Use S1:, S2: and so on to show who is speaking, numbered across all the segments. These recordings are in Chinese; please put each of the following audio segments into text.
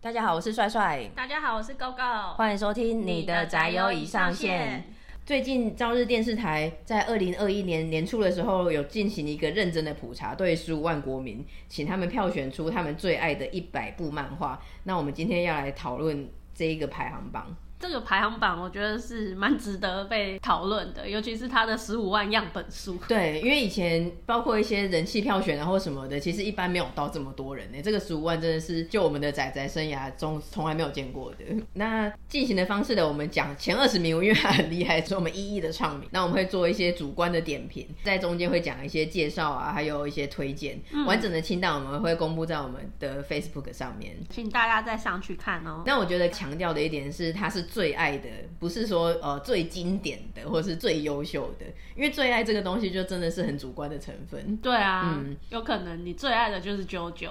S1: 大家好，我是帅帅，
S2: 大家好，我是 GoGo，
S1: 欢迎收听你的宅友已上线。。最近朝日电视台在二零二一年年初的时候，有进行一个认真的普查，对十五万国民，请他们票选出他们最爱的一百部漫画。那我们今天要来讨论这一个排行榜。
S2: 这个排行榜我觉得是蛮值得被讨论的，尤其是它的十五万样本数。
S1: 对，因为以前包括一些人气票选然啊后什么的，其实一般没有到这么多人呢、欸这个十五万真的是就我们的仔仔生涯中从来没有见过的。 那进行的方式呢，我们讲前二十名，因为它很厉害，所以我们一一的唱名。那我们会做一些主观的点评，在中间会讲一些介绍啊，还有一些推荐。完整的清单我们会公布在我们的 Facebook 上面。
S2: 请大家再上去看哦。
S1: 那我觉得强调的一点是，它是最爱的，不是说呃最经典的或是最优秀的，因为最爱这个东西就真的是很主观的成分。
S2: 对啊，
S1: 嗯
S2: 有可能你最爱的就是 九九，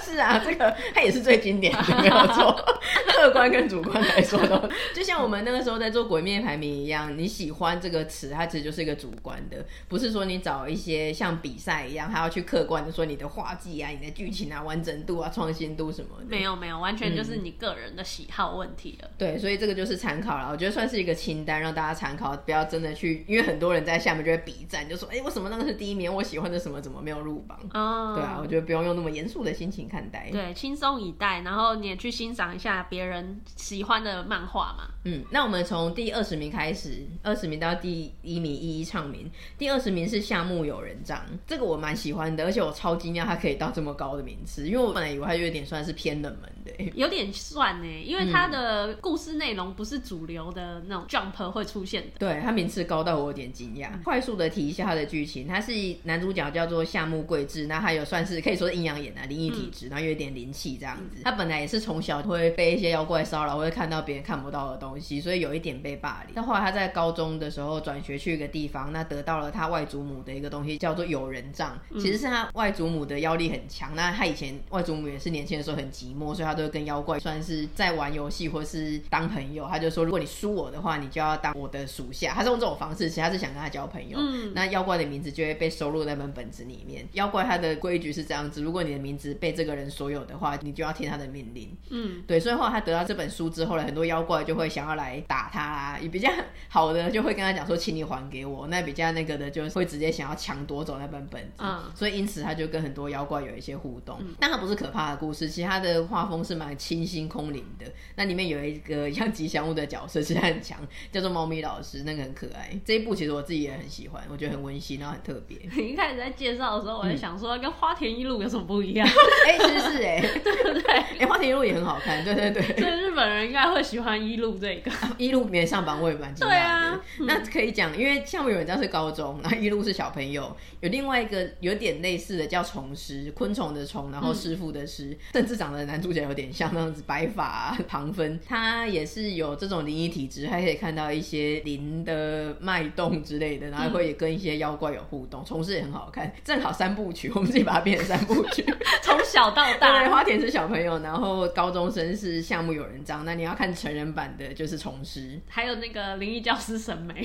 S1: 是啊，这个它也是最经典的，没有错。 客观跟主观来说都，就像我们那个时候在做《鬼灭》排名一样，你喜欢这个词，它其实就是一个主观的，不是说你找一些像比赛一样，还要去客观的说你的画技啊、你的剧情啊、完整度啊、创新度什么的。
S2: 没有没有，完全就是你个人的喜好问题了。
S1: 对，所以这个就是参考了。我觉得算是一个清单，让大家参考，不要真的去，因为很多人在下面就会比战，就说：“哎、为什么那个是第一名？我喜欢的什么怎么没有入榜？”
S2: 嗯，
S1: 对啊，我觉得不用用那么严肃的心情看待。
S2: 对，轻松以待，然后你也去欣赏一下别人喜欢的漫画嘛。
S1: 嗯，那我们从第二十名开始，二十名到第一名一一唱名。第二十名是夏目友人帐，这个我蛮喜欢的，而且我超惊讶它可以到这么高的名次，因为我本来以为它有点算是偏冷门的、
S2: 有点算呢，因为它的
S1: 嗯
S2: 故事内容不是主流的那种 Jump 会出现的。
S1: 对他名次高到我有点惊讶。快速的提一下他的剧情，他是男主角叫做夏目贵志，那他有算是可以说是阴阳眼啊，灵异体质，然后有一点灵气这样子。他本来也是从小会被一些妖怪骚扰，会看到别人看不到的东西，所以有一点被霸凌。但后来他在高中的时候转学去一个地方，那得到了他外祖母的一个东西叫做友人杖，其实是他外祖母的妖力很强。那他以前外祖母也是年轻的时候很寂寞，所以他都会跟妖怪算是在玩游戏或是当朋友。他就说，如果你输我的话，你就要当我的属下。他是用这种方式，其实他是想跟他交朋友。
S2: 嗯
S1: 那妖怪的名字就会被收录在那本本子里面。妖怪它的规矩是这样子：如果你的名字被这个人所有的话，你就要听他的命令。
S2: 嗯，
S1: 对，所以后来他得到这本书之后呢，很多妖怪就会想要来打他啦。也比较好的就会跟他讲说，请你还给我。那比较那个的，就会直接想要抢夺走那本本子。
S2: 嗯
S1: 所以因此他就跟很多妖怪有一些互动。但它不是可怕的故事，其实它的画风是蛮清新空灵的。那里面有一个像吉祥物的角色，其实它很强，叫做猫咪老师，那个很可爱。这一部其实我自己也很喜欢，我觉得很温馨，然后很特别。
S2: 你 一开始在介绍的时候，我就想说跟花田一路有什么不 一样，
S1: 哎、其实是哎、
S2: 对不对？
S1: 哎、花田一路也很好看，对对对。
S2: 所以日本人应该会喜欢一路这 个。
S1: 一路没上榜，我也蛮惊讶的。
S2: 对啊
S1: 那可以讲，因为像我有人家是高中，然后一路是小朋友，有另外一个有点类似的叫虫师，昆虫的虫，然后师傅的师，
S2: 嗯
S1: 甚至长得男主角有点像那样子，白发、啊、旁分，他也是有这种灵异体质，还可以看到一些灵的脉动之类的，然后会也跟一些妖怪有互动。虫师也很好看，正好三部曲，我们自己把它变成三部 曲。
S2: 从小到
S1: 大
S2: 大，
S1: 花田是小朋友，然后高中生是夏目友人帐，那你要看成人版的就是虫师。
S2: 还有那个灵异教师审美，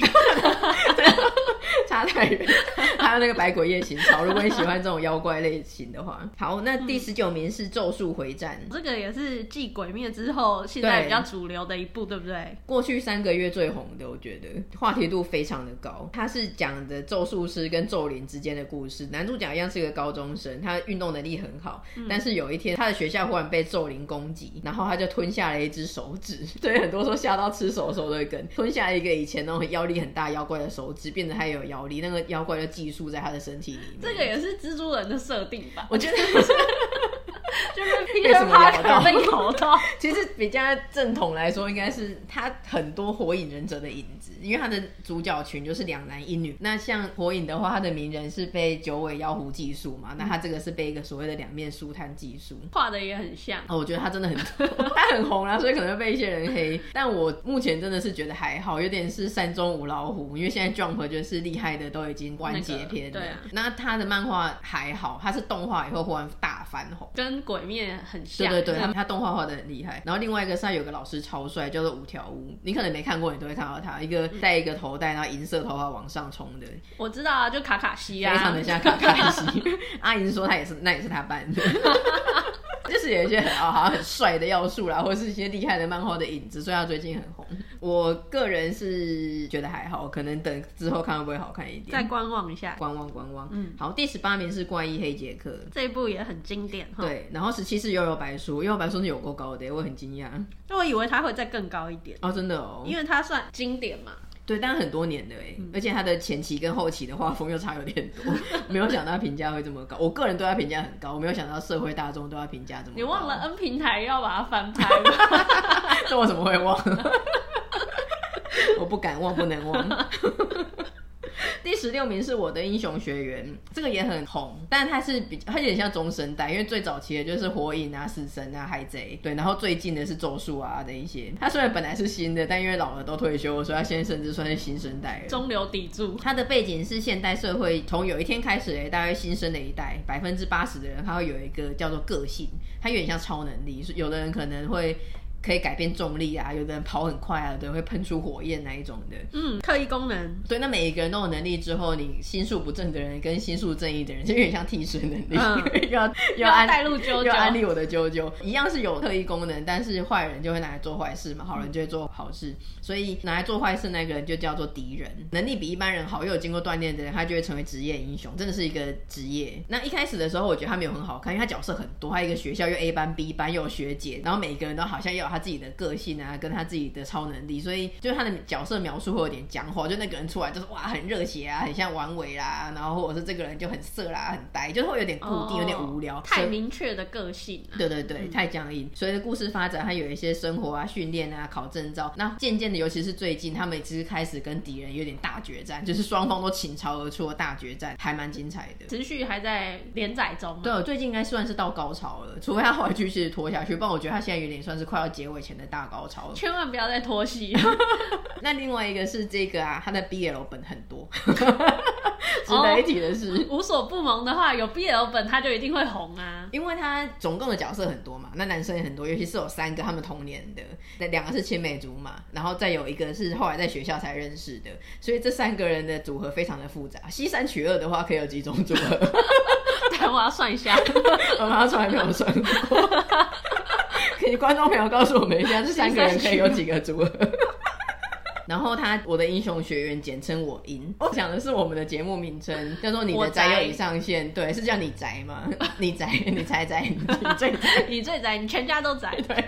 S1: 差太远。还有那个《百鬼夜行潮》，如果你喜欢这种妖怪类型的 话，好，那第十九名是《咒术回战》。
S2: 这个也是继《鬼灭》之后现在比较主流的一部，对不对？
S1: 过去三个月最红的，我觉得话题度非常的高。它是讲的咒术师跟咒灵之间的故事，男主角一样是一个高中生，他运动能力很好，
S2: 嗯
S1: 但是有一天他的学校忽然被咒灵攻击，然后他就吞下了一只手指，所以很多说吓到吃手手都会跟吞下一个以前那种妖力很大妖怪的手指，变得他有妖力，那个妖怪就寄宿在他的身体里面。
S2: 这个也是蜘蛛人的设定吧，
S1: 我觉得。
S2: 就是
S1: 为什
S2: Peter
S1: 么咬到
S2: Parker 被咬到，
S1: 其实比较正统来说，应该是它很多火影忍者的影子，因为它的主角群就是两男一女。那像火影的话，它的鸣人是被九尾妖狐技术
S2: 嗯
S1: 嘛，那它这个是被一个所谓的两面书摊技 术。
S2: 画的也很像。
S1: 哦，我觉得他真的很，他很红啦，所以可能被一些人黑。但我目前真的是觉得还好，有点是山中无老虎，因为现在 Jump 就是厉害的都已经完结篇了。
S2: 那个对啊
S1: 那他的漫画还好，他是动画以后忽然大翻红。
S2: 跟鬼面很
S1: 对
S2: 像。
S1: 对对，他
S2: 嗯
S1: 他动画画的很厉害。然后另外一个是他有个老师超帅，叫做五条悟，你可能没看过，你都会看到他，一
S2: 嗯
S1: 个戴一个头带，然后银色头发往上冲的，
S2: 我知道啊，就卡卡西啊，
S1: 非常的像卡卡西。阿银说他也是，那也是他扮的。就是有一些很哦好像很帅的要素啦，或是一些厉害的漫画的影子，所以他最近很红。我个人是觉得还好，可能等之后看会不会好看一点。
S2: 再观望一下。
S1: 观望观望。
S2: 嗯
S1: 好，第十八名是怪异黑杰克。
S2: 这一部也很经典哈，
S1: 对，然后十七是幽游白书，幽游白书是有够高的，我很惊讶
S2: 那我以为它会再更高一点，
S1: 哦，真的哦，
S2: 因为嗯它算经典嘛。
S1: 对，但很多年的哎，而且他的前期跟后期的画风又差有点多， 没有想到评价会这么高，我个人对他评价很高，我没有想到社会大众对他评价这么高，
S2: 你忘了 N 平台要把它翻拍吗？
S1: 这我怎么会忘？ 我不敢忘，不能 忘。第十六名是我的英雄学员，这个也很红，但它是比它有点像中生代，因为最早期的就是火影啊、死神啊、海贼，对，然后最近的是咒术啊的一些。它虽然本来是新的，但因为老了都退休了，所以它现在甚至算是新生代了。
S2: 中流砥柱，
S1: 它的背景是现代社会从有一天开始，诶，大概新生的一代，百分之八十的人他会有一个叫做个性，它有点像超能力，是有的人可能会可以改变重力啊，有的人跑很快啊，有的人会喷出火焰那一种的。
S2: 嗯，特异功能，
S1: 对，那每一个人都有能力之后，你心术不正的人跟心术正义的人，就有点像替身能力，
S2: 嗯
S1: 又要又
S2: 要
S1: 安
S2: 带入啾
S1: 又安
S2: 啾，
S1: 利我的啾啾，一样是有特异功能，但是坏人就会拿来做坏事嘛，好人就会做好事，所以拿来做坏事那个人就叫做敌人。能力比一般人好，又有经过锻炼的人，他就会成为职业英雄，真的是一个职业。那一开始的时候，我觉得他没有很好看，因为他角色很多，他一个学校又 A 班、B 班，又有学姐，然后每个人都好像也有他自己的个性啊，跟他自己的超能力，所以就是他的角色描述会有点僵化，就那个人出来就是哇很热血啊，很像王伟啦，然后或者是这个人就很色啦、很呆，就是会有点固定，有点无聊，
S2: 哦
S1: 所
S2: 太
S1: 以
S2: 明确的个性啊。
S1: 对对对，太僵硬。随着故事发展，它有一些生活啊、训练啊、考证照。那渐渐的，尤其是最近，他们其实开始跟敌人有点大决战， 就是双方都倾巢而出的大决战，还蛮精彩的。
S2: 持续还在连载中嘛，啊
S1: 对，我最近应该算是到高潮了，除非他后来继续拖下去，不然我觉得他现在有点算是快要结尾前的大高 潮了。
S2: 千万不要再拖戏。
S1: 那另外一个是这个啊，他的 BL 本很 多，值得一提的是，
S2: 无所不萌的话，有 BL 本它就一定会红啊。
S1: 因为他总共的角色很多嘛，那男生也很多，尤其是有三个他们同年的，那两个是青梅竹马，然后再有一个是后来在学校才认识的，所以这三个人的组合非常的复杂。西三取二的话，可以有几种组合？
S2: 对，我要算一 下，
S1: 我们从来没有算过。可以，观众朋友告诉我们一下，这三个人可以有几个组合？然后他，我的英雄学院，简称我英。我讲的是我们的节目名称，叫做“你
S2: 我
S1: 的
S2: 宅
S1: 宅友已上线”，对，是叫你宅吗？ 你宅，你才宅，你最宅。
S2: 你最宅，你全家都宅。对，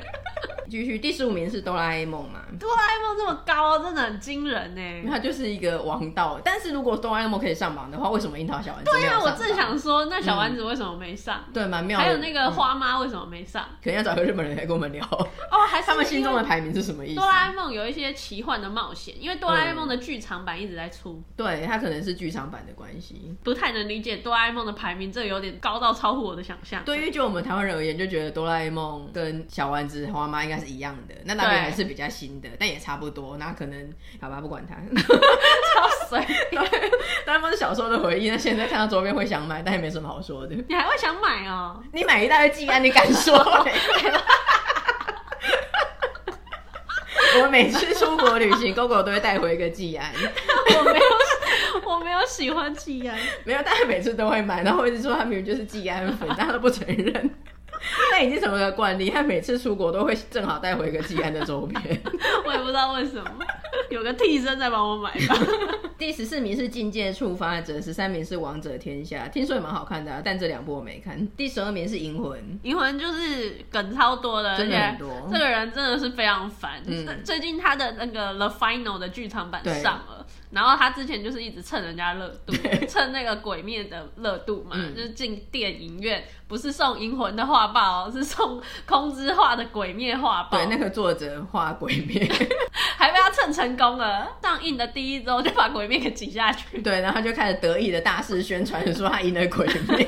S1: 继续，第十五名是哆啦 A 梦嘛，
S2: 哆啦 A 梦这么高，啊真的很惊人欸
S1: 因为
S2: 呢。
S1: 它就是一个王道。但是如果哆啦 A 梦可以上榜的话，为什么樱桃小丸子没
S2: 对
S1: 有
S2: 啊，
S1: 上
S2: 我
S1: 榜？
S2: 正想说，那小丸子为什么没上？
S1: 对，蛮妙的。
S2: 还有那个
S1: 嗯
S2: 花妈为什么没上？
S1: 可能要找个日本人来跟我们聊，
S2: 哦，还是
S1: 他们心中的
S2: 因为
S1: 排名是什么 意思
S2: 哆？啦 A 梦有一些奇幻的冒险，因为哆啦 A 梦的剧场版一直在出，
S1: 对，它可能是剧场版的关系。
S2: 不太能理解哆啦 A 梦的排名，这有点高到超乎我的想象。
S1: 对于就我们台湾人而言，就觉得哆啦 A 梦跟小丸子、花妈应该是一样的，那当然还是比较新的，但也差不多。那可能好吧，不管它。
S2: 超水，
S1: 哆啦 A 梦是小时候的回忆，那现在看到周边会想买，但也没什么好说的。
S2: 你还会想买 哦？
S1: 你买一大堆寄安，你敢 说没？我每次出国旅行，狗狗都会带回一个寄安，
S2: 我没有，我没有喜欢季安。
S1: 没有，但是每次都会买，然后我一直说他明明就是寄安粉，但他都不承认。那已经成为了惯例，他每次出国都会正好带回一个寄安的周边。
S2: 我也不知道为什么，有个替身在帮我买吧。
S1: 第十四名是《境界触发者》，十三名是《王者天下》，听说也蛮好看的、啊，但这两部我没看。第十二名是《银魂》，
S2: 银魂就是梗超多的，
S1: 真的
S2: 而且
S1: 很多
S2: 这个人真的是非常烦。
S1: 嗯
S2: 最近他的那个 The Final 的剧场版
S1: 对
S2: 上了，然后他之前就是一直蹭人家热度， 蹭那个鬼灭的热度嘛，
S1: 嗯
S2: 就是进电影院不是送银魂的画报哦，是 送空之画的鬼灭画报，
S1: 对，那个作者画鬼 灭。
S2: 还被他蹭成功了。上映的第一周就把鬼灭给挤下去，
S1: 对，然后他就开始得意的大肆宣传说他赢了鬼灭，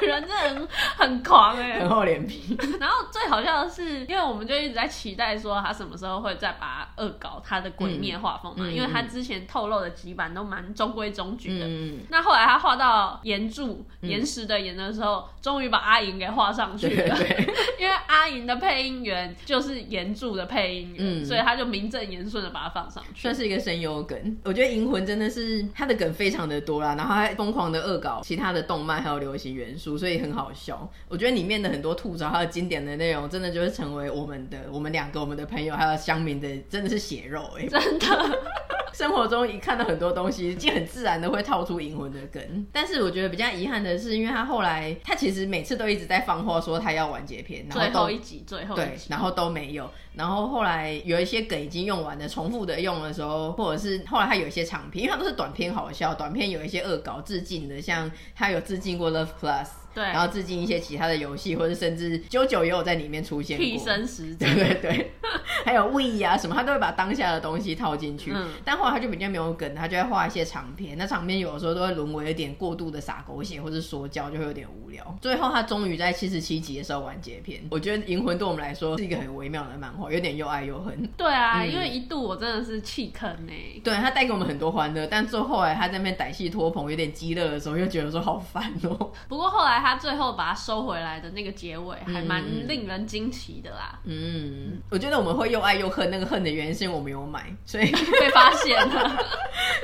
S2: 个人真的很很狂哎、
S1: 很厚脸皮。
S2: 然后最好笑的是，因为我们就一直在期待说他什么时候会再把恶搞他的鬼灭画风嘛，
S1: 嗯嗯
S2: 因为他之前透露的几版都蛮中规中 矩的。
S1: 嗯，
S2: 那后来他画到岩柱、岩石的岩的时候，终于把阿银给画上去
S1: 对
S2: 了。
S1: 对，
S2: 因为阿银的配音员就是岩柱的配音员，
S1: 嗯
S2: 所以他就名正言顺的把它放上去
S1: 算。是一个声优梗。我觉得《银魂》真的是它的梗非常的多啦，然后还疯狂的恶搞其他的动漫还有流行元素，所以很好笑。我觉得里面的很多吐槽还有经典的内容，真的就会成为我们的我们两个我们的朋友还有乡民的真的是血肉哎、
S2: 真的，
S1: 生活中一看到很多东西，就很自然的会套出银魂的梗。但是我觉得比较遗憾的是，因为他后来他其实每次都一直在放话说他要完结篇，然
S2: 最
S1: 后
S2: 后
S1: 都
S2: 一集，最后
S1: 对
S2: 一，集，
S1: 然后都没有。然后后来有一些梗已经用完了，重复的用的时候，或者是后来他有一些长篇，因为他都是短篇好笑，短篇有一些恶搞致敬的，像他有致敬过 Love Plus，
S2: 对，
S1: 然后致敬一些其他的游戏，或者甚至 JoJo 也有在里面出现过。
S2: 替身使者
S1: 对， 对对，还有 we 啊什么，他都会把当下的东西套进去。
S2: 嗯
S1: 但后来他就比较没有梗，他就会画一些长篇。那长篇有的时候都会沦为有点过度的撒狗血或是说教，就会有点无聊。最后他终于在七十七集的时候完结篇。我觉得《银魂》对我们来说是一个很微妙的漫画，有点又爱又恨。
S2: 对啊，
S1: 嗯
S2: 因为一度我真的是弃坑欸呢、
S1: 对他带给我们很多欢乐，但最后来他在那边歹戏拖棚，有点激乐的时候，又觉得说好烦哦、
S2: 不过后来他最后把它收回来的那个结尾，还蛮
S1: 嗯，
S2: 令人惊奇的啦
S1: 嗯，我觉得我们会又爱又恨，那个恨的原因是因为我们有买，所以
S2: 被发现 了。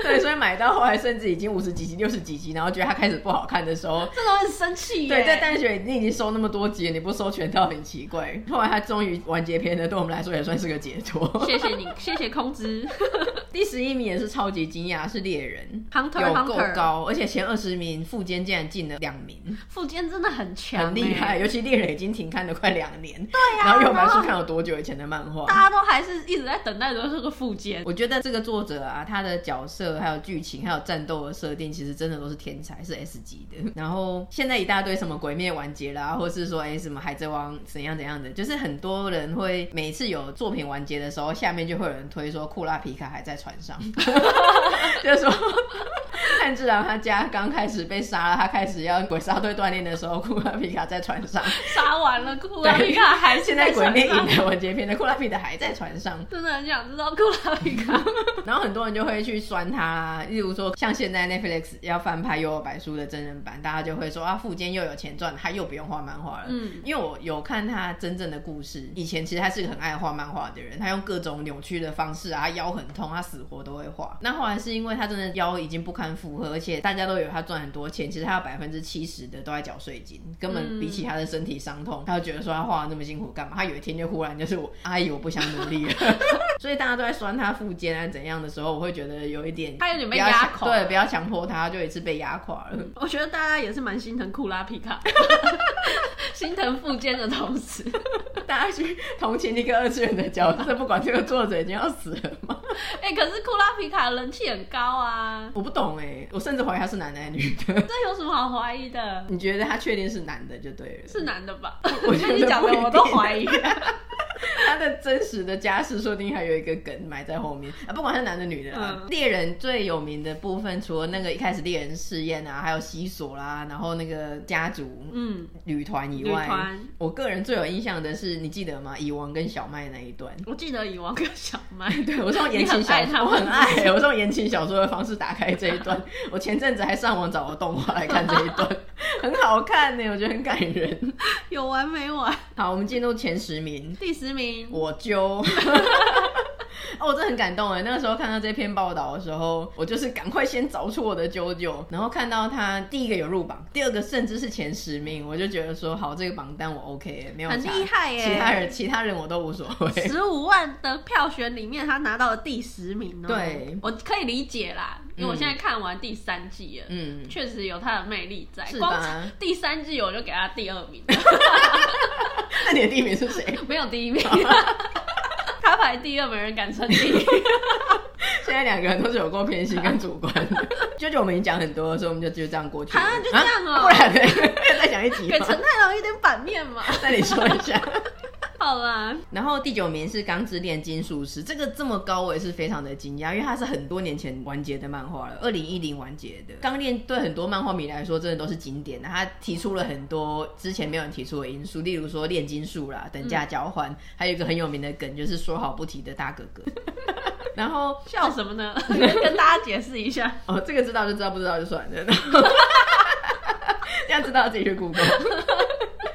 S1: 对，所以买到后来甚至已经五十几集、六十几集，然后觉得它开始不好看的时候，
S2: 这种很生气耶、
S1: 对，在淡水你已经收那么多集了，你不收全套很奇怪。后来它终于完结篇了，对我们来说也算是个解脱。
S2: 谢谢你，谢谢空知
S1: 第十一名也是超级惊讶，是猎人。
S2: Hunter
S1: 有够
S2: Hunter，
S1: 高，而且前二十名副坚竟然进了两名，
S2: 富坚真的很强、欸
S1: 很厉害。。尤其猎人已经停刊了快两年，对呀、然后又来是看了多久以前的漫画？
S2: 大家都还是一直在等待着这个富坚，
S1: 我觉得这个作者啊，他的角色、还有剧情、还有战斗的设定，其实真的都是天才，是 S 级的。 然后现在一大堆什么鬼灭完结啦，或是说哎、什么海贼王怎样怎样的，就是很多人会每次有作品完结的时候，下面就会有人推说库拉皮卡还在船上， 就是说。炭治郎他家刚开始被杀了，他开始要鬼杀队锻炼的时候，库拉皮卡在船上。
S2: 杀完了库拉皮卡还 是
S1: 现在鬼
S2: 船
S1: 灭
S2: 上
S1: 影的完结篇的库拉皮卡还在船上，
S2: 真的很想知道库拉皮卡。
S1: 然后很多人就会去酸他啦，例如说像现在 Netflix 要翻拍《幽游白书》的真人版，大家就会说啊，富坚又有钱赚，他又不用画漫画了。
S2: 嗯，
S1: 因为我有看他真正的故事，以前其实他是个很爱画漫画的人，他用各种扭曲的方式啊，他腰很痛，他死活都会画。那后来是因为他真的腰已经不堪负荷，而且大家都以为他赚很多钱，其实他有百分之七十的都在缴税金，根本比起他的身体伤痛，他就觉得说他画的那么辛苦干嘛？他有一天就忽然就是我，阿姨我不想努力了，所以大家都在酸他腹肩啊怎样的时候，我会觉得有一点
S2: 他有点被
S1: 不要
S2: 压
S1: 强
S2: 垮
S1: 对，不要强迫他，就一次被压垮 了。
S2: 我觉得大家也是蛮心疼库拉皮卡， 心疼富坚的同时，
S1: 大家去同情一个二次元的角色，不管这个作者已经要死了吗？
S2: 哎、可是库拉皮卡人气很高啊，
S1: 我不懂哎、我甚至怀疑他是男的还是女的。
S2: 这有什么好怀疑的？
S1: 你觉得他确定是男的就对了，
S2: 是男的吧？
S1: 我觉
S2: 觉
S1: 得
S2: 得你讲的我都怀疑。
S1: 他的真实的家世，说不定还有一个梗埋在后面啊。不管是男的女的啦，
S2: 嗯
S1: 猎、人最有名的部分，除了那个一开始猎人试验啊，还有西索啦，然后那个家族
S2: 嗯，
S1: 旅团以
S2: 女
S1: 外，
S2: 团，
S1: 我个人最有印象的是，你记得吗？蚁王跟小麦那一 段。
S2: 我记得蚁王跟小麦，
S1: 对我是用言情小
S2: 你很爱他
S1: 说，
S2: 们
S1: 我很爱、我是用言情小说的方式打开这一段。 我前阵子还上网找了动画来看这一 段，很好看呢、我觉得很感人。
S2: 有完没完？
S1: 好，我们进入前十名，
S2: 第十名，
S1: 我 揪。哦，我真的很感动哎！那个时候看到这篇报道的时候，我就是赶快先找出我的啾啾，然后看到他第一个有入榜，第二个甚至是前十名，我就觉得说好，这个榜单我 OK，没有
S2: 很
S1: 差
S2: 厉害欸耶
S1: 其他人其他人我都无所谓。
S2: 十五万的票选里面，他拿到了第十名哦。
S1: 对，
S2: 我可以理解啦，因为我
S1: 嗯
S2: 现在看完第三季了，
S1: 嗯，
S2: 确实有他的魅力在。
S1: 是吧
S2: 光第三季我就给他第二名，
S1: 那你的第一名是谁？
S2: 没有第一名。他排第二，没人敢 称第一。
S1: 现在两个人都是有够偏心跟主观 的。舅舅我们已经讲很多了，所以我们就就这样过去了。
S2: 啊就这样哦
S1: 不然呢？再讲一集
S2: 给
S1: 吗？
S2: 陈太郎一点版面嘛。
S1: 那你说一下。
S2: 好啦，
S1: 然后第九名是《钢之炼金术师》，这个这么高我也是非常的惊讶，因为它是很多年前完结的漫画了，二零一零完结的。《钢炼》对很多漫画迷来说真的都是经典的，它提出了很多之前没有人提出的因素，例如说炼金术啦、等价交换，还有一个很有名的梗就是说好不提的大哥哥。 然后
S2: 笑什么 呢？跟大家解释一下。
S1: 哦，这个知道就知道，不知道就算了。然 后这样知道自己去 Google。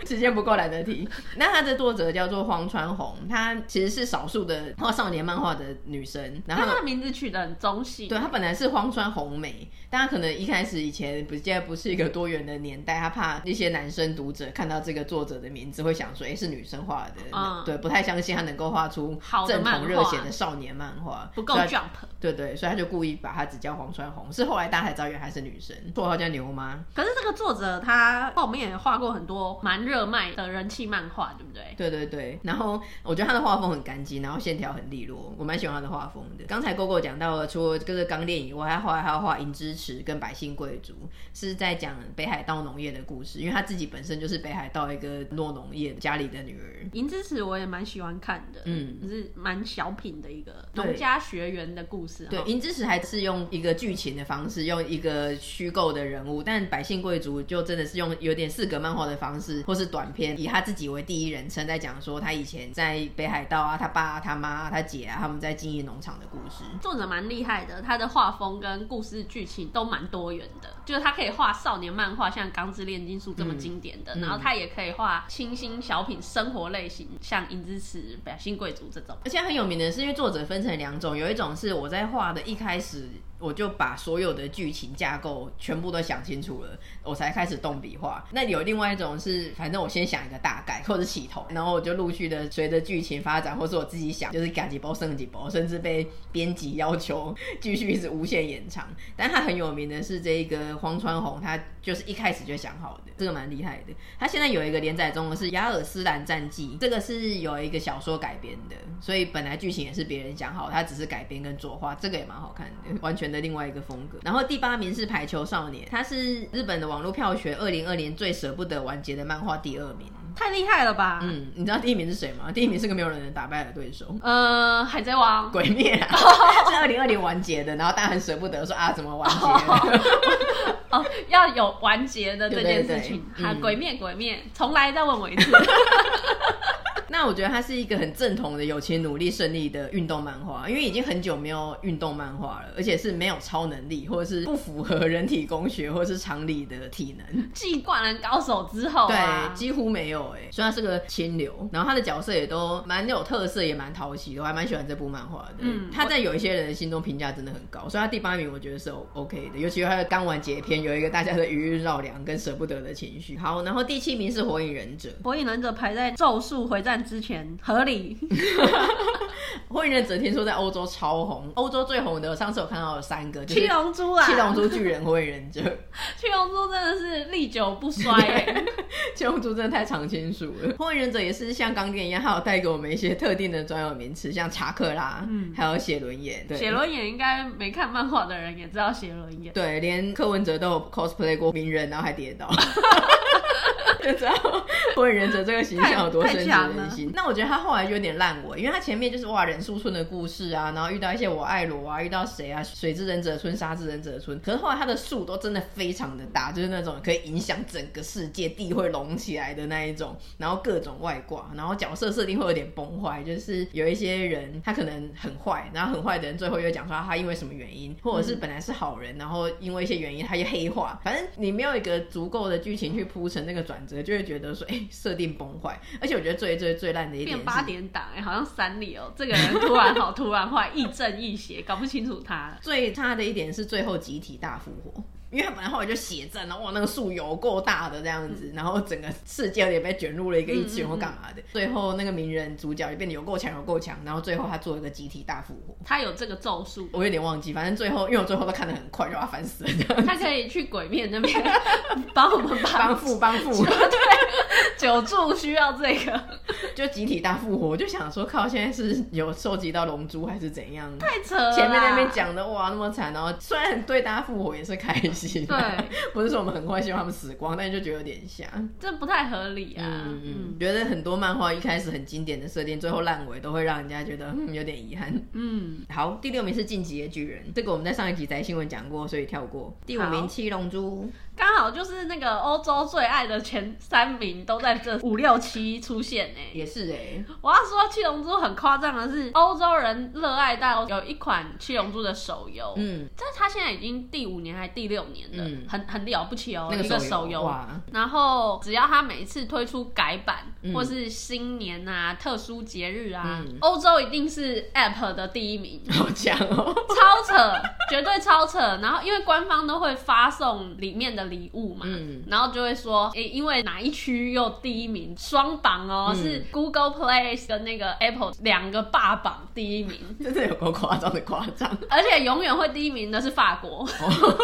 S1: 时间不够懒得提。那它的作者叫做荒川弘，她其实是少数的画少年漫画的女生。然后
S2: 但他名字取得很中性，
S1: 对，她啊本来是荒川弘美，但她可能一开始以前不现在不是一个多元的年代，她怕一些男生读者看到这个作者的名字会想说，哎、是女生画的、
S2: 嗯
S1: 对，不太相信她能够画出
S2: 好的
S1: 正
S2: 漫
S1: 统热
S2: 画
S1: 血的少年漫画，
S2: 不够
S1: 所以她
S2: jump。
S1: 对啊对，所以他就故意把她只叫黄川红，是后来大家才知道原来她是女生，绰号叫牛妈。
S2: 可是这个作者他后面也画过很多蛮热卖的人气漫画，对不对？
S1: 对对对，然后我觉得他的画风很干净，然后线条很利落，我蛮喜欢他的画风的。刚才 GoGo 讲到了，除了这个钢炼以外，他后来还要画《银之匙》跟《百姓贵族》，是在讲北海道农业的故事，因为他自己本身就是北海道一个落农业家里的女儿。
S2: 银之匙我也蛮喜欢看的，
S1: 嗯
S2: 是蛮小品的一个
S1: 对
S2: 农家学员的故事。
S1: 对，《
S2: 哈，
S1: 银之匙》还是用一个剧情的方式，用一个虚构的人物，但《百姓贵族》就真的是用有点四格漫画的方式，或是短篇，以他自己为第一人称，在讲说他以前在北海道啊，他爸、啊、他妈、啊、他姐啊，他们在经营农场的故事。
S2: 作者蛮厉害的，他的画风跟故事剧情都蛮多元的，就是他可以画少年漫画，像《钢之炼金术》这么经典的，
S1: 嗯
S2: 然后他也可以画清新小品生活类型，像《银之匙》《百姓贵族》这种。
S1: 而且很有名的是，因为作者分成两种，有一种是我在画的一开始我就把所有的剧情架构全部都想清楚了，我才开始动笔画。那有另外一种是，反正我先想一个大概或者起头，然后我就陆续的随着剧情发展，或是我自己想，就是赶几波剩几波，甚至被编辑要求继续一直无限延长。但他很有名的是这一个荒川弘，他就是一开始就想好的，这个蛮厉害的。他现在有一个连载中的是《雅尔斯兰战记》，这个是有一个小说改编的，所以本来剧情也是别人讲好，他只是改编跟作画，这个也蛮好看的，完全的另外一个风格。然后第八名是《排球少年》，他是日本的网络票选二零二零最舍不得完结的漫画第二名。
S2: 太厉害了吧？
S1: 嗯，你知道第一名是谁吗？第一名是个没有人能打败的对手。
S2: 呃，海贼王，
S1: 鬼灭、啊、是二零二零完结的，然后大家很舍不得说啊，怎么完结了？
S2: 哦，要有完结的这件事情。
S1: 对对对
S2: 啊
S1: 嗯，
S2: 鬼面鬼面，重来再问我一次。
S1: 那我觉得它是一个很正统的有钱努力胜利的运动漫画，因为已经很久没有运动漫画了，而且是没有超能力或者是不符合人体工学或者是常理的体 能。
S2: 继《灌篮高手》之后啊
S1: 对，，几乎没有哎、欸，虽然是个清流，然后他的角色也都蛮有特色，也蛮讨喜的，我还蛮喜欢这部漫画的。
S2: 嗯
S1: 他在有一些人的心中评价真的很高，所以他第八名我觉得是 O OK 的，尤其是他的刚完结篇有一个大家的余韵绕梁跟舍不得的情绪。好，然后第七名是火影忍者，
S2: 《火影忍者》排在《咒术回战》之前，合理。
S1: 火影忍者听说在欧洲超红，欧洲最红的，上次有看到有三个，就是
S2: 七龙珠啊，
S1: 七龙珠巨人、火影忍者、
S2: 七龙珠真的是历久不衰、 欸。
S1: 七龙珠真的太常青树 了。火影忍者也是像钢炼一样，还有带给我们一些特定的专有名词，像查克拉，
S2: 嗯
S1: 还有写轮眼，对，
S2: 写轮眼应该没看漫画的人也知道写轮眼。
S1: 对，连柯文哲都有 cosplay 过名人，然后还跌倒。就知道火影忍者这个形象有多深植人心。那我觉得他后来有点烂尾，因为他前面就是哇忍术村的故事啊，然后遇到一些我爱罗啊，遇到谁啊，水之忍者村、沙之忍者村。可是后来他的树都真的非常的大，就是那种可以影响整个世界，地会隆起来的那一种，然后各种外挂，然后角色设定会有点崩坏，就是有一些人他可能很坏，然后很坏的人最后又讲说他因为什么原因，或者是本来是好人，然后因为一些原因他就黑化，反正你没有一个足够的剧情去铺成那个转折，就会觉得说哎设、定崩坏，而且我觉得最最最烂的一点
S2: 变
S1: 是
S2: 八点档哎、欸，好像三里哦、这个人突然好，突然坏，亦正亦邪，搞不清楚他。
S1: 最差的一点是最后集体大复活，因为他本来后来就血战了，哇，那个树有够大的这样子，
S2: 嗯
S1: 然后整个世界也被卷入了一个一群或干嘛的，最后那个名人主角也变得有够强有够强，然后最后他做一个集体大复活，
S2: 他有这个咒 术，
S1: 我有点忘记，反正最后因为我最后都看得很快，就把他烦死了这 样，
S2: 他可以去鬼面那边 帮我们把
S1: 帮父帮父。
S2: 久住需要这个，
S1: 就集体大复活，我就想说靠，现在是有收集到龙珠还是怎样？
S2: 太扯了啦。
S1: 前面那边讲的哇那么惨，然后虽然对大家复活也是开心、啊，对， 不是说我们很快希望他们死光，但就觉得有点像，
S2: 这不太合理啊。
S1: 嗯嗯，觉得很多漫画一开始很经典的设定，最后烂尾都会让人家觉得嗯有点遗憾。
S2: 嗯，
S1: 好，第六名是晋级的巨人，这个我们在上一集宅新闻讲过，所以跳过。第五名
S2: 好
S1: 七龙珠，
S2: 刚好就是那个欧洲最爱的前三名都在这五六七出现呢、
S1: 也是哎、
S2: 我要说七龙珠很夸张的是，欧洲人热爱到有一款七龙珠的手游，
S1: 嗯，
S2: 但它现在已经第五年还第六年了，
S1: 嗯
S2: 很很了不起哦，
S1: 那
S2: 一个手
S1: 手
S2: 游。
S1: 哇，
S2: 然后只要它每一次推出改版，
S1: 嗯
S2: 或是新年啊、特殊节日啊
S1: 嗯，
S2: 欧、洲一定是 App 的第一名，
S1: 好强哦、
S2: 超扯，绝对超扯。然后因为官方都会发送里面的礼物嘛，
S1: 嗯
S2: 然后就会说，诶、因为哪一区又第一名，双榜哦，
S1: 嗯
S2: 是 Google Play 跟那个 Apple 两个霸榜第一名，
S1: 真的有够夸张的夸张。
S2: 而且永远会第一名的是法国。
S1: 哦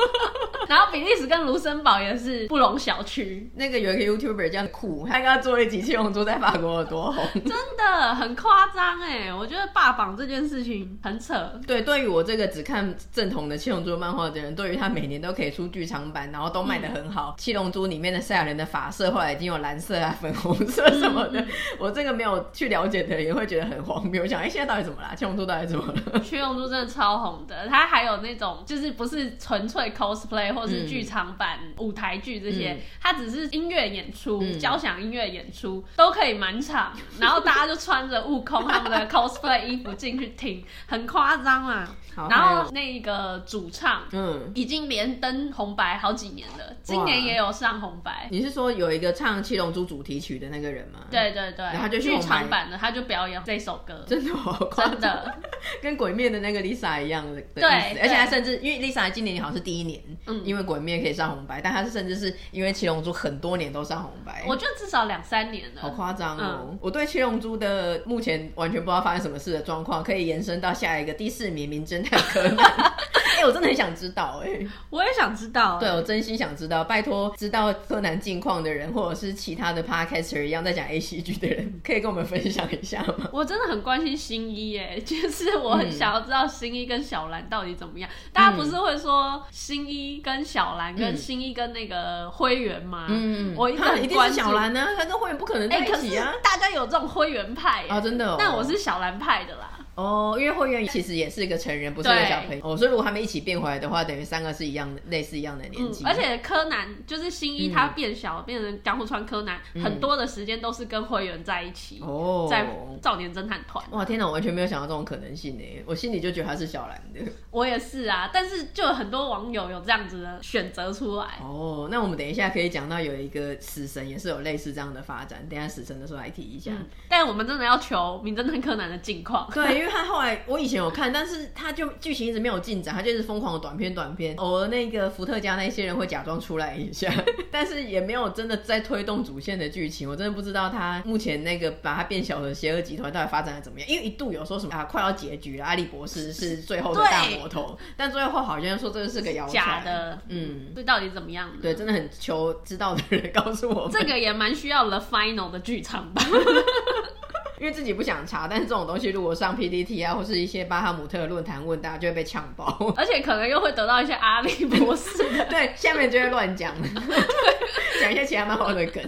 S2: 然后比利时跟卢森堡也是不容小觑，
S1: 那个有一个 YouTuber 叫酷，他刚刚做了几期龙珠在法国有多红。
S2: 真的很夸张哎！我觉得霸榜这件事情很扯，
S1: 对，对于我这个只看正统的七龙珠漫画的人，对于他每年都可以出剧场版，然后都卖得很好，七龙珠》里面的赛亚人的发色后来已经有蓝色啊、粉红色什么的， 我这个没有去了解的人也会觉得很荒谬。我想，哎、现在到底怎么啦？七龙珠到底怎么了？
S2: 薛永珠真的超红的，他还有那种就是不是纯粹 cosplay 或是剧场版、舞台剧这些
S1: 嗯，
S2: 他只是音乐演出、
S1: 嗯
S2: 交响音乐演出都可以满场，然后大家就穿着悟空他 们的 cosplay 衣服进去听，很夸张啊。
S1: 好
S2: 然
S1: 还
S2: 后
S1: 有
S2: 那个主唱
S1: 嗯。
S2: 已经连登红白好几年了，今年也有上红白。
S1: 你是说有一个唱《七龙珠》主题曲的那个人吗？，
S2: 对对对，
S1: 后他就去
S2: 剧
S1: 红白
S2: 场版的，他就表演这首歌，
S1: 真的好夸张
S2: 真的。
S1: 跟鬼灭的那个 Lisa 一样的对
S2: 对
S1: 而且她甚至因为 Lisa 今年好像是第一年，
S2: 嗯
S1: 因为鬼灭可以上红白，但她是甚至是因为七龙珠很多年都上红白，
S2: 我觉嗯得至少两三年了。
S1: 好夸张哦！我对七龙珠的目前完全不知道发生什么事的状况，可以延伸到下一个第四名名侦探柯南。 哎、我真的很想知道哎、
S2: 我也想知道、
S1: 对我真心想知道，拜托知道柯南近况的人，或者是其他的 podcaster 一样在讲 A C G 的人，可以跟我们分享一下吗？
S2: 我真的很关心新一耶， 就是我很想要知道新一跟小兰到底怎么样。大家不是会说新一跟小兰跟
S1: 嗯
S2: 新一跟那个灰原吗？
S1: 嗯，
S2: 我一直
S1: 哈
S2: 很
S1: 一定
S2: 关
S1: 是
S2: 注
S1: 小兰呢、啊，她跟会员不可能在
S2: 哎、
S1: 一
S2: 可是
S1: 起啊。
S2: 大家有这种灰原派耶
S1: 啊真的哦
S2: 但我是小兰派的啦。
S1: 哦，因为会员其实也是一个成人，不是一个
S2: 对
S1: 小朋友哦，所以如果他们一起变回来的话，等于三个是一样的，类似一样的年
S2: 嗯
S1: 纪、，嗯
S2: 而且柯南就是新一他变小、变成江户川柯南，很多的时间都是跟灰原在一起，
S1: 哦，
S2: 在少年侦探团。
S1: 哇，天哪，我完全没有想到这种可能性呢，我心里就觉得他是小兰的。
S2: 我也是啊，但是就有很多网友有这样子的选择出来。
S1: 哦，那我们等一下可以讲到有一个死神也是有类似这样的发展，等一下死神的时候来提一下。
S2: 嗯，但我们真的要求《名侦探柯南》的近况。
S1: 对，因为他后来我以前有看，但是他就剧情一直没有进展，他就是疯狂的短片短片，偶尔那个伏特加那些人会假装出来一下， 但是也没有真的在推动主线的剧情。我真的不知道他目前那个把他变小的邪恶集团到底发展的怎么样，因为一度有说什么啊快要结局了，阿笠博士是最后的大魔头，但最后好像说这是个谣传
S2: 假，的，
S1: 嗯。
S2: 这到底怎么样呢？
S1: 对，真的很求知道的人告诉我们，
S2: 这个也蛮需要 The Final 的剧场版。
S1: 因为自己不想查，但是这种东西如果上 PDT 啊，或是一些巴哈姆特的论坛问，大家就会被呛爆。
S2: 而且可能又会得到一些阿笠博士的
S1: 对，下面就会乱讲， 讲一些其他漫画的梗，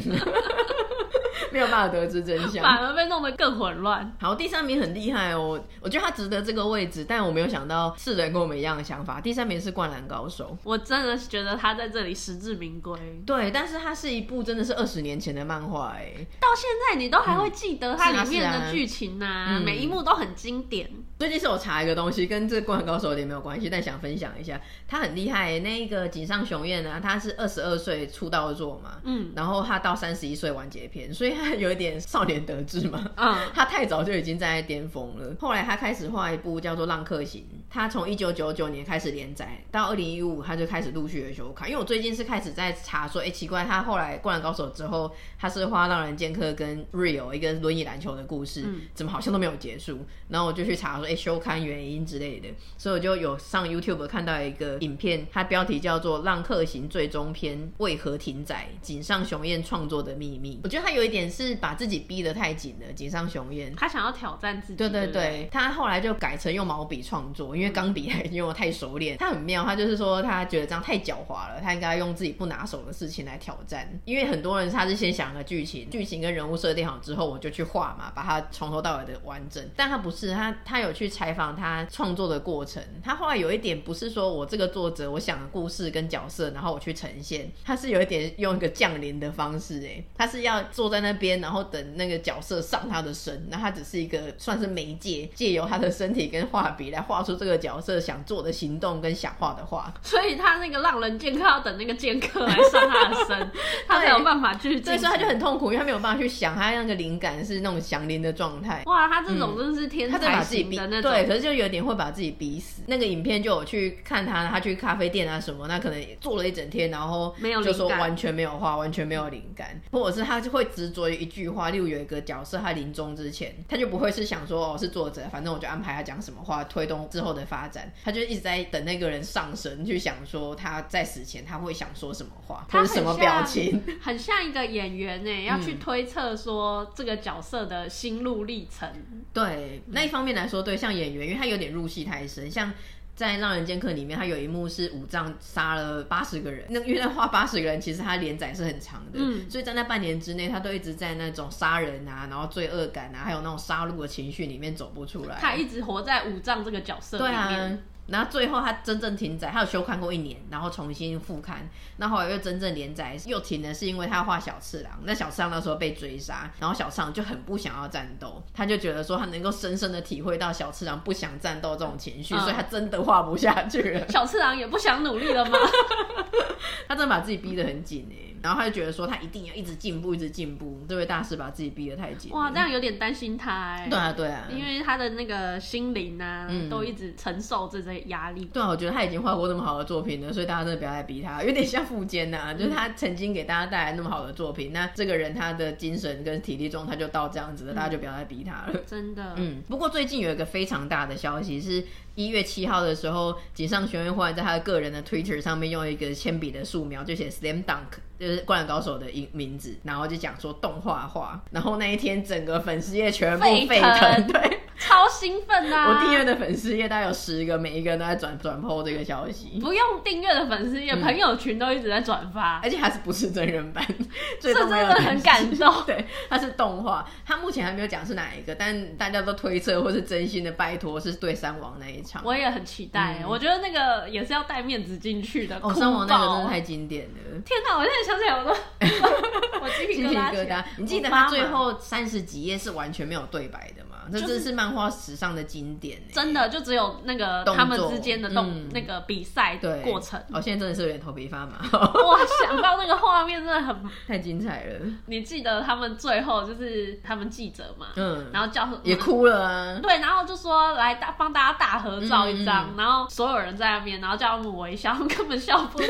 S1: 没有办法得知真相。
S2: 反而被弄得更混乱。
S1: 好，第三名很厉害哦，我觉得他值得这个位置，但我没有想到世人跟我们一样的想法。第三名是《灌篮高手》，
S2: 我真的觉得他在这里实至名归，
S1: 对，但是它是一部真的是二十年前的漫画，哎，
S2: 到现在你都还会记得它里面
S1: 是啊是
S2: 的
S1: 啊
S2: 剧情呐、
S1: 嗯
S2: 每一幕都很经典。
S1: 最近是我查一个东西，跟这《灌篮高手》有点没有关系，但想分享一下，他很厉害耶。欸那个井上雄彦啊，他是二十二岁出道作嘛，
S2: 嗯
S1: 然后他到三十一岁完结篇，所以他有一点少年得志嘛。
S2: 嗯，
S1: 他太早就已经站在巅峰了。后来他开始画一部叫做《浪客行》，他从一九九九年开始连载，到二零一五他就开始陆续的修改。因为我最近是开始在查说，哎、奇怪，他后来《灌篮高手》之后，他是画《浪人剑客》跟《Rio》一个轮椅篮球的故事，怎么好像都没有结束？然后我就去查说，哎、休刊原因之类的，所以我就有上 YouTube 看到一个影片，它标题叫做《浪客行最终篇：为何停载？井上雄彦创作的秘密》。我觉得它有一点是把自己逼得太紧了，井上雄彦。
S2: 他想要挑战自己，
S1: 对
S2: 对
S1: 对
S2: 不
S1: 对，他后来就改成用毛笔创作，因为钢笔他已经用的太熟练。他很妙，他就是说他觉得这样太狡猾了，他应该用自己不拿手的事情来挑战。因为很多人他是先想个剧情， 剧情跟人物设定好之后，我就去画嘛，把它从头到尾的完整。但他不是，他他有去采访他创作的过程。他后来有一点不是说我这个作者我想的故事跟角色，然后我去呈现，他是有一点用一个降临的方式，哎，他是要坐在那边，然后等那个角色上他的身，那他只是一个算是媒介，借由他的身体跟画笔来画出这个角色想做的行动跟想画的画。
S2: 所以他那个让人剑客要等那个剑客来上他的 身，他才有办法去进
S1: 所以
S2: 行。
S1: 说他就很痛苦，因为他没有办法去想，他那个灵感是那种祥林的状态。
S2: 哇，他这种真的是天
S1: 欸嗯他在把
S2: 才
S1: 自己
S2: 型
S1: 逼
S2: 的那种，
S1: 对，可是就有点会把自己逼死。那个影片就有去看他，他去咖啡店啊什么，那可能坐了一整天，然后
S2: 没有灵
S1: 就
S2: 感
S1: 说完全没有画，完全没有灵感，或者是他就会执着于一句话。例如有一个角色，他临终之前，他就不会是想说哦是作者，反正我就安排他讲什么话，推动之后的发展。他就一直在等那个人上身，去想说他在死前他会想说什么话，
S2: 他
S1: 或者什么
S2: 很像
S1: 表情。
S2: 很像一个演员呢，要
S1: 嗯
S2: 去推测说这个角色的心路历程。
S1: 对，那一方面来说，对，像演员，因为他有点入戏太深，像。在《让人剑客》里面，他有一幕是武藏杀了八十个人，那因为他画八十个人，其实他连载是很长的，
S2: 嗯
S1: 所以在那半年之内，他都一直在那种杀人啊，然后罪恶感啊，还有那种杀戮的情绪里面走不出来。
S2: 他一直活在武藏这个角色里
S1: 对
S2: 面，
S1: 啊，然后最后他真正停载，他有休刊过一年，然后重新复刊，那后来又真正连载又停了，是因为他画小次郎，那小次郎那时候被追杀，然后小次郎就很不想要战斗，他就觉得说他能够深深的体会到小次郎不想战斗这种情绪，
S2: 嗯
S1: 所以他真的画不下去了，
S2: 小次郎也不想努力 了吗？
S1: 他真的把自己逼得很紧哎、然后他就觉得说他一定要一直进步，一直进步，这位大师把自己逼得太紧了，
S2: 哇，这样有点担心他哎
S1: 对。啊对啊，
S2: 因为他的那个心灵啊，
S1: 嗯
S2: 都一直承受这些压力。
S1: 对啊，我觉得他已经画过那么好的作品了，所以大家真的不要再逼他，有点像富坚
S2: 嗯
S1: 呐、就是他曾经给大家带来那么好的作品，那这个人他的精神跟体力状态就到这样子
S2: 嗯
S1: 了，大家就不要再逼他了。
S2: 真的，
S1: 嗯，不过最近有一个非常大的消息是，一月七号的时候，井上雄彦忽然在他的个人的 Twitter 上面用一个铅笔的素描，就写 Slam Dunk，就是《灌篮高手》的名名字，然后就讲说动画化，然后那一天整个粉丝页全部
S2: 沸
S1: 沸
S2: 腾
S1: 腾，对。
S2: 超兴奋啊！
S1: 我订阅的粉丝页大概有十个，每一个人都在转转 PO 这个消息。
S2: 不用订阅的粉丝
S1: 嗯
S2: 也朋友群都一直在转发，
S1: 而且还是不是真人版，所
S2: 这
S1: 以都
S2: 真
S1: 哎没有
S2: 的很感动。
S1: 对，它是动画，它目前还没有讲是哪一个，但大家都推测或是真心的拜托是对三王那一场。
S2: 我也很期待，我觉得那个也是要带面子进去的。
S1: 嗯哦，
S2: 哭
S1: 三王那个真的
S2: 爆
S1: 太经典了。
S2: 天哪！我现在想起来我 都我鸡皮
S1: 鸡
S2: 疙
S1: 皮
S2: 瘩起
S1: 疙瘩
S2: 来，，
S1: 你记得
S2: 我妈
S1: 它
S2: 妈
S1: 最后三十几页是完全没有对白的吗？这
S2: 就是
S1: 真是漫画史上的经典、欸，
S2: 真的就只有那个
S1: 动作
S2: 他们之间的动
S1: 嗯
S2: 那个比赛
S1: 对
S2: 过程。
S1: 哦，现在真的是有点头皮发麻，
S2: 哇，想到那个画面真的很，
S1: 太精彩了，
S2: 你记得他们最后就是他们记者嘛，
S1: 嗯，
S2: 然后叫
S1: 也哭了啊，
S2: 对，然后就说来大帮大家大合照一张，
S1: 嗯
S2: 然后所有人在那边，然后叫他们微笑，他们 根本笑不出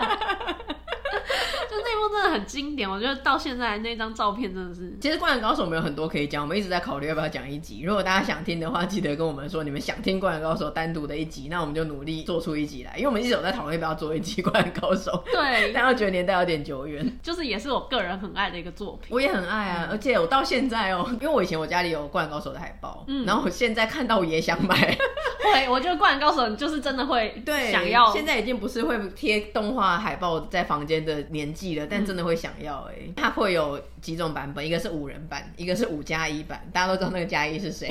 S2: 来。就那一幕真的很经典，我觉得到现在那张照片真的是
S1: 其实《灌篮高手》我们有很多可以讲，我们一直在考虑要不要讲一集。如果大家想听的话，记得跟我们说你们想听《灌篮高手》单独的一集，那我们就努力做出一集来，因为我们一直有在讨论要不要做一集《灌篮高手》，
S2: 对，
S1: 但又觉得年代有点久远。
S2: 就是也是我个人很爱的一个作品。
S1: 我也很爱啊，而且我到现在哦，因为我以前我家里有《灌篮高手》的海报，
S2: 嗯
S1: 然后我现在看到我也想买。
S2: 会，我觉得《灌篮高手》你就是真的会
S1: 对，
S2: 想要
S1: 现在已经不是会贴动画海报在房间的年纪了，
S2: 嗯
S1: 但真的会想要哎、它会有几种版本，一个是五人版，一个是五加一版，大家都知道那个加一是 谁。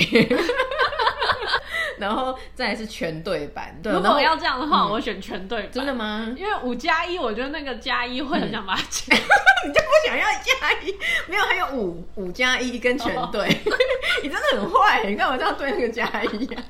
S1: 然后再来是全对版，对，
S2: 如
S1: 然后嗯
S2: 果要呃这样的话，我会选全对版
S1: 真的吗？嗯
S2: 因为五加一，我觉得那个加一会很想把它剪。
S1: 你就不想要加一？没有，还有五五加一跟全对，
S2: 哦
S1: 你真的很坏，欸你干嘛这样对那个加一啊？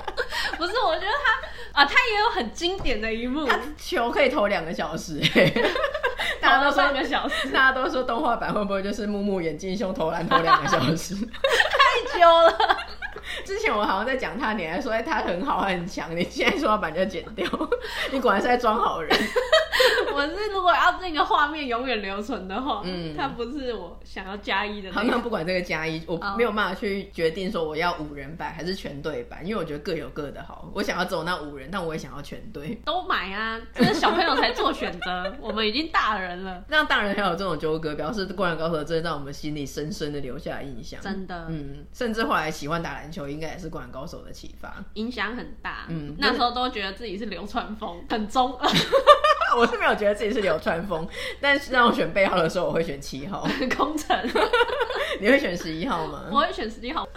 S2: 不是，我觉得他啊，他也有很经典的一幕，
S1: 他球可以投两个小时、欸， 大家都说
S2: 半个小时，
S1: 大家都说动画版会不会就是木木眼镜兄投篮投两个小时？
S2: 太 久了。
S1: 之前我好像在讲他，你还说 哎他很好，他很强，你现在说要把人家剪掉，你果然是在装好人。
S2: 我 我是如果要那个画面永远留存的话，
S1: 嗯
S2: 它不是我想要加一的
S1: 好，
S2: 那
S1: 那
S2: 个。
S1: 不管这个加一，我
S2: 哦
S1: 没有办法去决定说我要五人版还是全队版，因为我觉得各有各的好。我想要走那五人，但我也想要全队，
S2: 都买啊！这是小朋友才做选 择，我们已经大人了，
S1: 让大人还有这种纠葛，表示《灌篮高手》真的让我们心里深深的留下印象。
S2: 真的、
S1: 嗯，甚至后来喜欢打篮球，应该也是《灌篮高手》的启发。
S2: 影响很大。
S1: 嗯
S2: 那时候都觉得自己是流川枫，很中 二，
S1: 我是没有觉得自己是流川枫，但是让我选背号的时候，我会选七号。
S2: 工程。
S1: 嗯你会选十一号吗？
S2: 我会选十一号，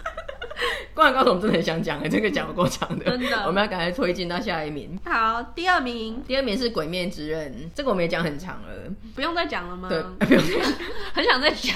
S1: 灌篮高手我们真的很想讲，欸这个讲不够长的，
S2: 真的
S1: 我们要赶快推进到下一名。
S2: 好，第二名
S1: 第二名是《鬼面之刃》，这个我们也讲很长了，
S2: 不用再讲了吗？
S1: 对， 不用讲。
S2: 很想再讲，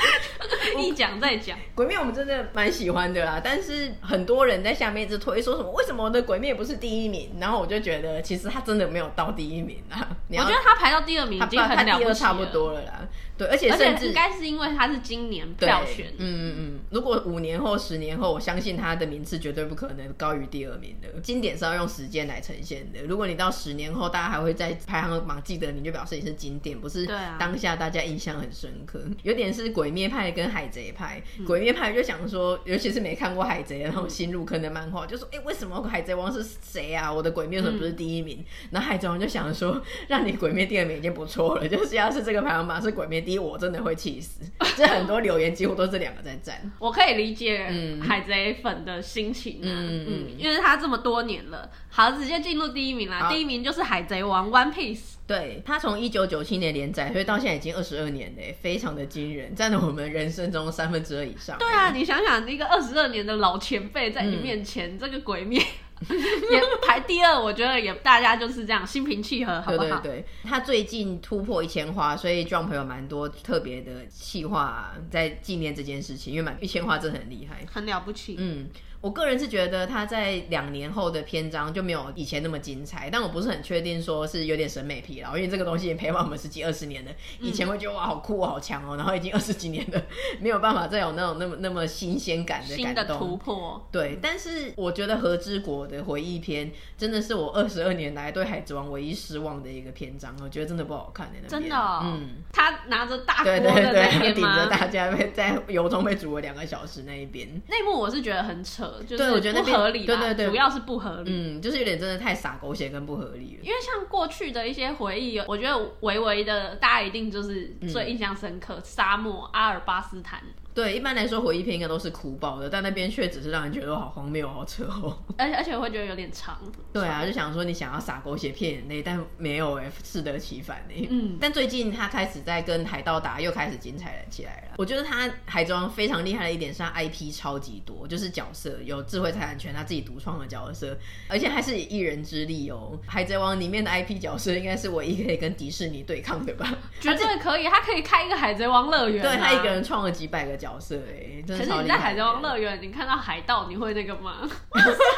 S2: 一讲再讲。
S1: 鬼灭我们真的蛮喜欢的啦，但是很多人在下面一直推说什么为什么我的鬼灭不是第一名，然后我就觉得其实他真的没有到第一名啊。你
S2: 我
S1: 要
S2: 觉得他排到第二名
S1: 他
S2: 已经
S1: 他
S2: 很了
S1: 第
S2: 不
S1: 二
S2: 起
S1: 差不
S2: 了，
S1: 多了啦，对，而且
S2: 而
S1: 甚
S2: 且
S1: 至。
S2: 应该是因为他是今年
S1: 对
S2: 票选
S1: 嗯，嗯嗯，如果五年后、十年后，我相信他的名次绝对不可能高于第二名的。经典是要用时间来呈现的。如果你到十年后，大家还会在排行榜记得你，就表示你是经典，不是
S2: 对啊
S1: 当下大家印象很深刻。有点是鬼灭派跟海贼派，鬼灭派就想说，尤其是没看过海贼然后新入坑的漫画，就说，哎、为什么海贼王是谁啊？我的鬼灭为什么不是第一名？然后海贼王就想说，让你鬼灭第二名已经不错了，就是要是这个排行榜是鬼灭第一，我真的会气死。这很多留言几乎都这两个在占。
S2: 我可以理解
S1: 嗯
S2: 海贼粉的心情、啊，
S1: 嗯
S2: 嗯
S1: 嗯
S2: 因为他这么多年了，好，直接进入第一名啦，
S1: 好
S2: 第一名就是海贼王 One Piece，
S1: 对，它从一九九七年连载，所以到现在已经二十二年嘞，非常的惊人，占了我们人生中三分之二以上。
S2: 对啊，你想想一个二十二年的老前辈在你面前，这个 鬼面也排第二，我觉得也大家就是这样心平气和，好
S1: 对
S2: 不好？
S1: 对对，他最近突破一千花，所以 Jump 有蛮多特别的企划在纪念这件事情，因为满一千花真的很厉害。
S2: 很了不起，
S1: 嗯，我个人是觉得他在两年后的篇章就没有以前那么精彩，但我不是很确定说是有点审美疲劳，因为这个东西也陪伴我们十几二十年了。
S2: 嗯
S1: 以前会觉得哇好酷哦，好强哦，然后已经二十几年了，没有办法再有那种那么那么新鲜感的
S2: 新
S1: 感
S2: 的
S1: 动。
S2: 突破，
S1: 对，但是我觉得《和之国》的回忆篇真的是我二十二年来对《海贼王》唯一失望的一个篇章，我觉得真的不好看的、那边
S2: 真的、哦，啊
S1: 嗯。
S2: 他拿着大锅
S1: 对
S2: 的
S1: 对
S2: 那
S1: 对，
S2: 边
S1: 顶着
S2: 吗？
S1: 大家被在油中被煮了两个小时那一边，
S2: 那一幕我是觉得很扯，就
S1: 对我觉
S2: 是
S1: 得那
S2: 不
S1: 边
S2: 合理啦，
S1: 对对对
S2: 主要是不合理。
S1: 嗯，就是有点真的太洒狗血跟不合理了。
S2: 因为像过去的一些回忆，我觉得维维的大家一定就是最印象深刻，沙漠阿尔巴斯坦，
S1: 对，一般来说回忆片应该都是哭爆的，但那边却只是让人觉得好荒谬、好扯 哦。
S2: 而且而且我会觉得有点长。
S1: 对啊，就想说你想要洒狗血骗眼泪，但没有哎、适得其反哎、
S2: 嗯
S1: 但最近他开始在跟海盗打，又开始精彩了起来了。我觉得他海贼王非常厉害的一点是他 IP 超级多，就是角色有智慧财产权，他自己独创的角色，而且还是以一人之力哦。海贼王里面的 IP 角色应该是唯一可以跟迪士尼对抗 的吧？
S2: 绝对可以，他可以开一个海贼王乐园、啊。
S1: 对他一个。人创了几百个角色哎、真的
S2: 可是
S1: 超
S2: 你
S1: 厉害的。
S2: 在海贼王乐园，你看到海盗，你会那个 吗？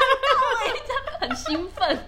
S2: 欸很兴奋，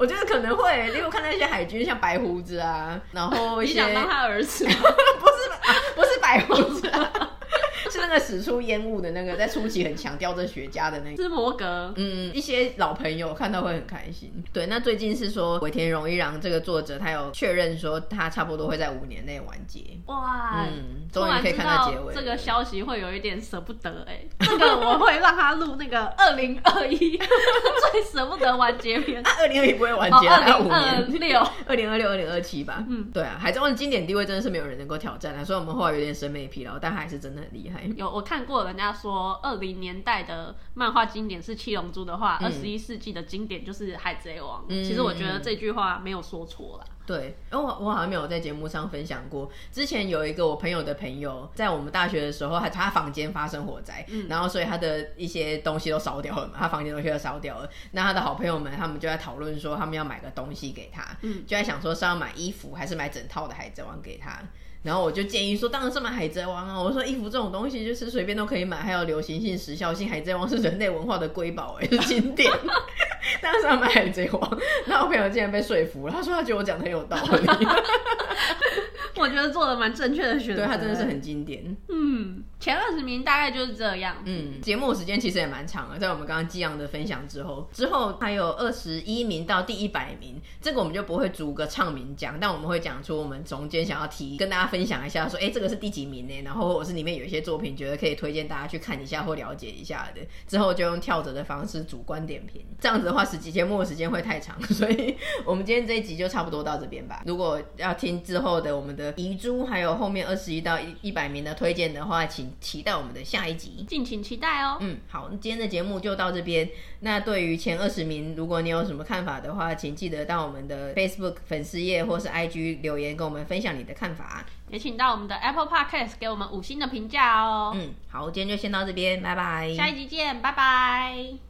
S1: 我觉得可能会，因为我看到一些海军，像白胡子啊，然后一
S2: 你
S1: 些
S2: 想当他儿子吗？
S1: 不是、啊、 不是白胡子、啊， 是那个使出烟雾的那个，在初期很强调这雪茄的那个。
S2: 是摩格，
S1: 嗯，一些老朋友看到会很开心。对，那最近是说尾田荣一郎这个作者，他有确认说他差不多会在五年内完结。
S2: 哇！
S1: 嗯，
S2: 啊突
S1: 终于
S2: 然
S1: 可以
S2: 知
S1: 看
S2: 道
S1: 到结尾了。
S2: 这个消息会有一点舍不得 哎、这个我会让他录那个 二零二一最舍不得完结篇，
S1: 啊，二零二一不会完
S2: 哦，
S1: 结啊，
S2: 二
S1: 还有五
S2: 零二
S1: 年。
S2: 六，
S1: 二零二六、二零二七吧，嗯
S2: 嗯，
S1: 对啊，海贼王的经典地位真的是没有人能够挑战啊，所以我们后来有点审美疲劳，但还是真的很厉害。
S2: 有我看过人家说二零年代的漫画经典是《七龙珠》的话，
S1: 嗯
S2: 二十一世纪的经典就是《海贼王》
S1: 嗯
S2: 其实我觉得这句话没有说错啦。
S1: 对，因为我我好像没有在节目上分享过。之前有一个我朋友的朋友，在我们大学的时候，他他房间发生火灾，然后所以他的一些东西都烧掉了嘛，他房间东西都烧掉了。那他的好朋友们，他们就在讨论说，他们要买个东西给他，
S2: 嗯
S1: 就在想说是要买衣服还是买整套的海贼王给他。然后我就建议说，当然是买海贼王啊！我说衣服这种东西就是随便都可以买，还有流行性、时效性，海贼王是人类文化的瑰宝、欸，是经典。 当时要买 海贼王，然后我朋友竟然被说服了，他说他觉得我讲的很有道理。
S2: 我觉得做的蛮正确的选择。
S1: 对，它真的是很经典。
S2: 嗯，前二十名大概就是这样。
S1: 嗯，节目时间其实也蛮长的，在我们刚刚激昂的分享之后，之后还有二十一名到第一百名，这个我们就不会逐个唱名讲，但我们会讲出我们中间想要提跟大家分享一下说、哎这个是第几名呢？然后我是里面有一些作品觉得可以推荐大家去看一下或了解一下的，之后就用跳着的方式主观点评。这样子的话，十集节目的时间会太长，所以 我们今天这一集就差不多到这边吧。如果要听之后的我们的遗珠，还有后面二十一到一百名的推荐的话，请期待我们的下一集。
S2: 敬请期待哦。
S1: 嗯，好，今天的节目就到这边。那对于前二十名，如果你有什么看法的话，请记得到我们的 Facebook 粉丝页或是 IG 留言，跟我们分享你的看法。
S2: 也请到我们的 Apple Podcast 给我们五星的评价哦。
S1: 嗯，好，今天就先到这边，拜拜。
S2: 下一集见，拜拜。